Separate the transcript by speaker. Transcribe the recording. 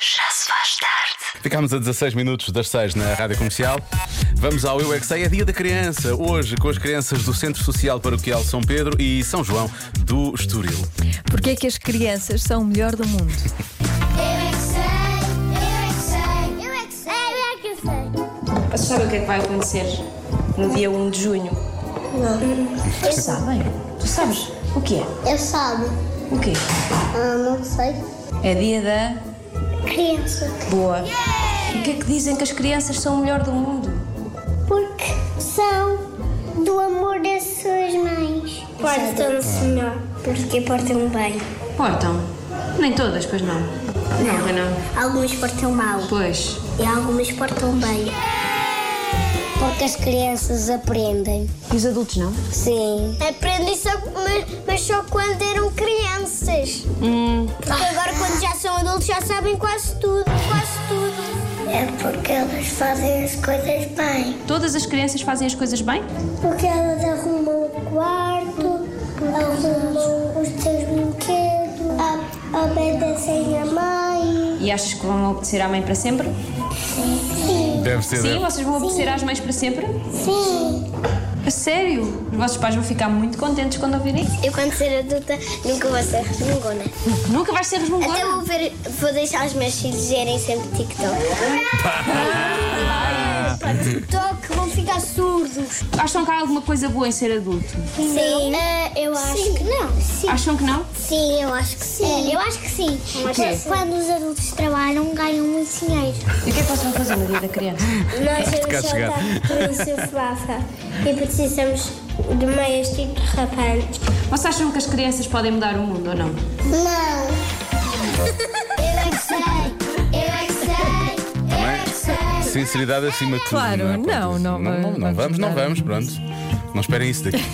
Speaker 1: se faz tarde.
Speaker 2: Ficámos a 16 minutos das 6 na Rádio Comercial. Vamos ao Eu é Que Sei, é dia da criança. Hoje com as crianças do Centro Social Paroquial São Pedro e São João do Estoril.
Speaker 3: Porquê é que as crianças são o melhor do mundo?
Speaker 4: Eu é que sei, eu é que sei, eu é que sei, eu é que sei.
Speaker 5: Vocês sabem o que é que vai acontecer no dia 1 de junho? Não. sabem? Tu sabes? O que é?
Speaker 4: Eu sabe.
Speaker 5: O quê?
Speaker 4: Ah, não sei.
Speaker 5: É dia da
Speaker 4: Criança.
Speaker 5: boa. O que é que dizem que as crianças são o melhor do mundo?
Speaker 4: Porque são do amor das suas mães. Portam-se melhor. Porque portam bem.
Speaker 5: Portam. então, Nem todas, pois não. Não, pois não.
Speaker 4: Algumas portam mal.
Speaker 5: Pois.
Speaker 4: E algumas portam bem. Porque as crianças aprendem.
Speaker 5: E os adultos não?
Speaker 4: Sim. Aprendem só, mas, mas só quando eram crianças. Porque agora quando já são adultos já sabem quase tudo, quase tudo. É porque elas fazem as coisas bem.
Speaker 5: Todas as crianças fazem as coisas bem?
Speaker 4: Porque elas arrumam o quarto, arrumam os seus brinquedos, a- obedecem a mãe.
Speaker 5: E achas que vão obedecer à mãe para sempre?
Speaker 4: Sim.
Speaker 2: Deve ser.
Speaker 5: Sim,
Speaker 2: deve.
Speaker 5: vocês vão obedecer às mães para sempre?
Speaker 4: Sim.
Speaker 5: A sério? Os vossos pais vão ficar muito contentes quando ouvirem isso.
Speaker 4: Eu quando ser adulta nunca vou né? ser resmungona.
Speaker 5: Nunca vais ser
Speaker 4: Até
Speaker 5: resmungona?
Speaker 4: Então vou, ver, vou deixar os meus filhos verem sempre TikTok. Para TikTok vão ficar surdos.
Speaker 5: Acham que há alguma coisa boa em ser adulto?
Speaker 4: Sim. Ah, eu acho que não. Sim.
Speaker 5: Acham que não?
Speaker 4: Sim, eu acho que sim. eu acho que sim.
Speaker 5: quê?
Speaker 4: Quando os adultos trabalham, ganham muito dinheiro.
Speaker 5: E o que é que vocês vão fazer no dia da criança?
Speaker 4: Nós
Speaker 2: cá
Speaker 4: vamos
Speaker 2: chegar.
Speaker 4: saltar por isso Fafa e precisamos de meias tipo rapantes.
Speaker 5: Vocês acham que as crianças podem mudar o mundo ou não?
Speaker 4: Não. Eu é que sei. Eu é que sei. Eu é que sei.
Speaker 2: Sinceridade acima de tudo.
Speaker 3: Claro,
Speaker 2: é? Pronto,
Speaker 3: não, não
Speaker 2: não,
Speaker 3: vamos
Speaker 2: vamos, não
Speaker 3: nada.
Speaker 2: vamos, pronto. Não esperem isso daqui.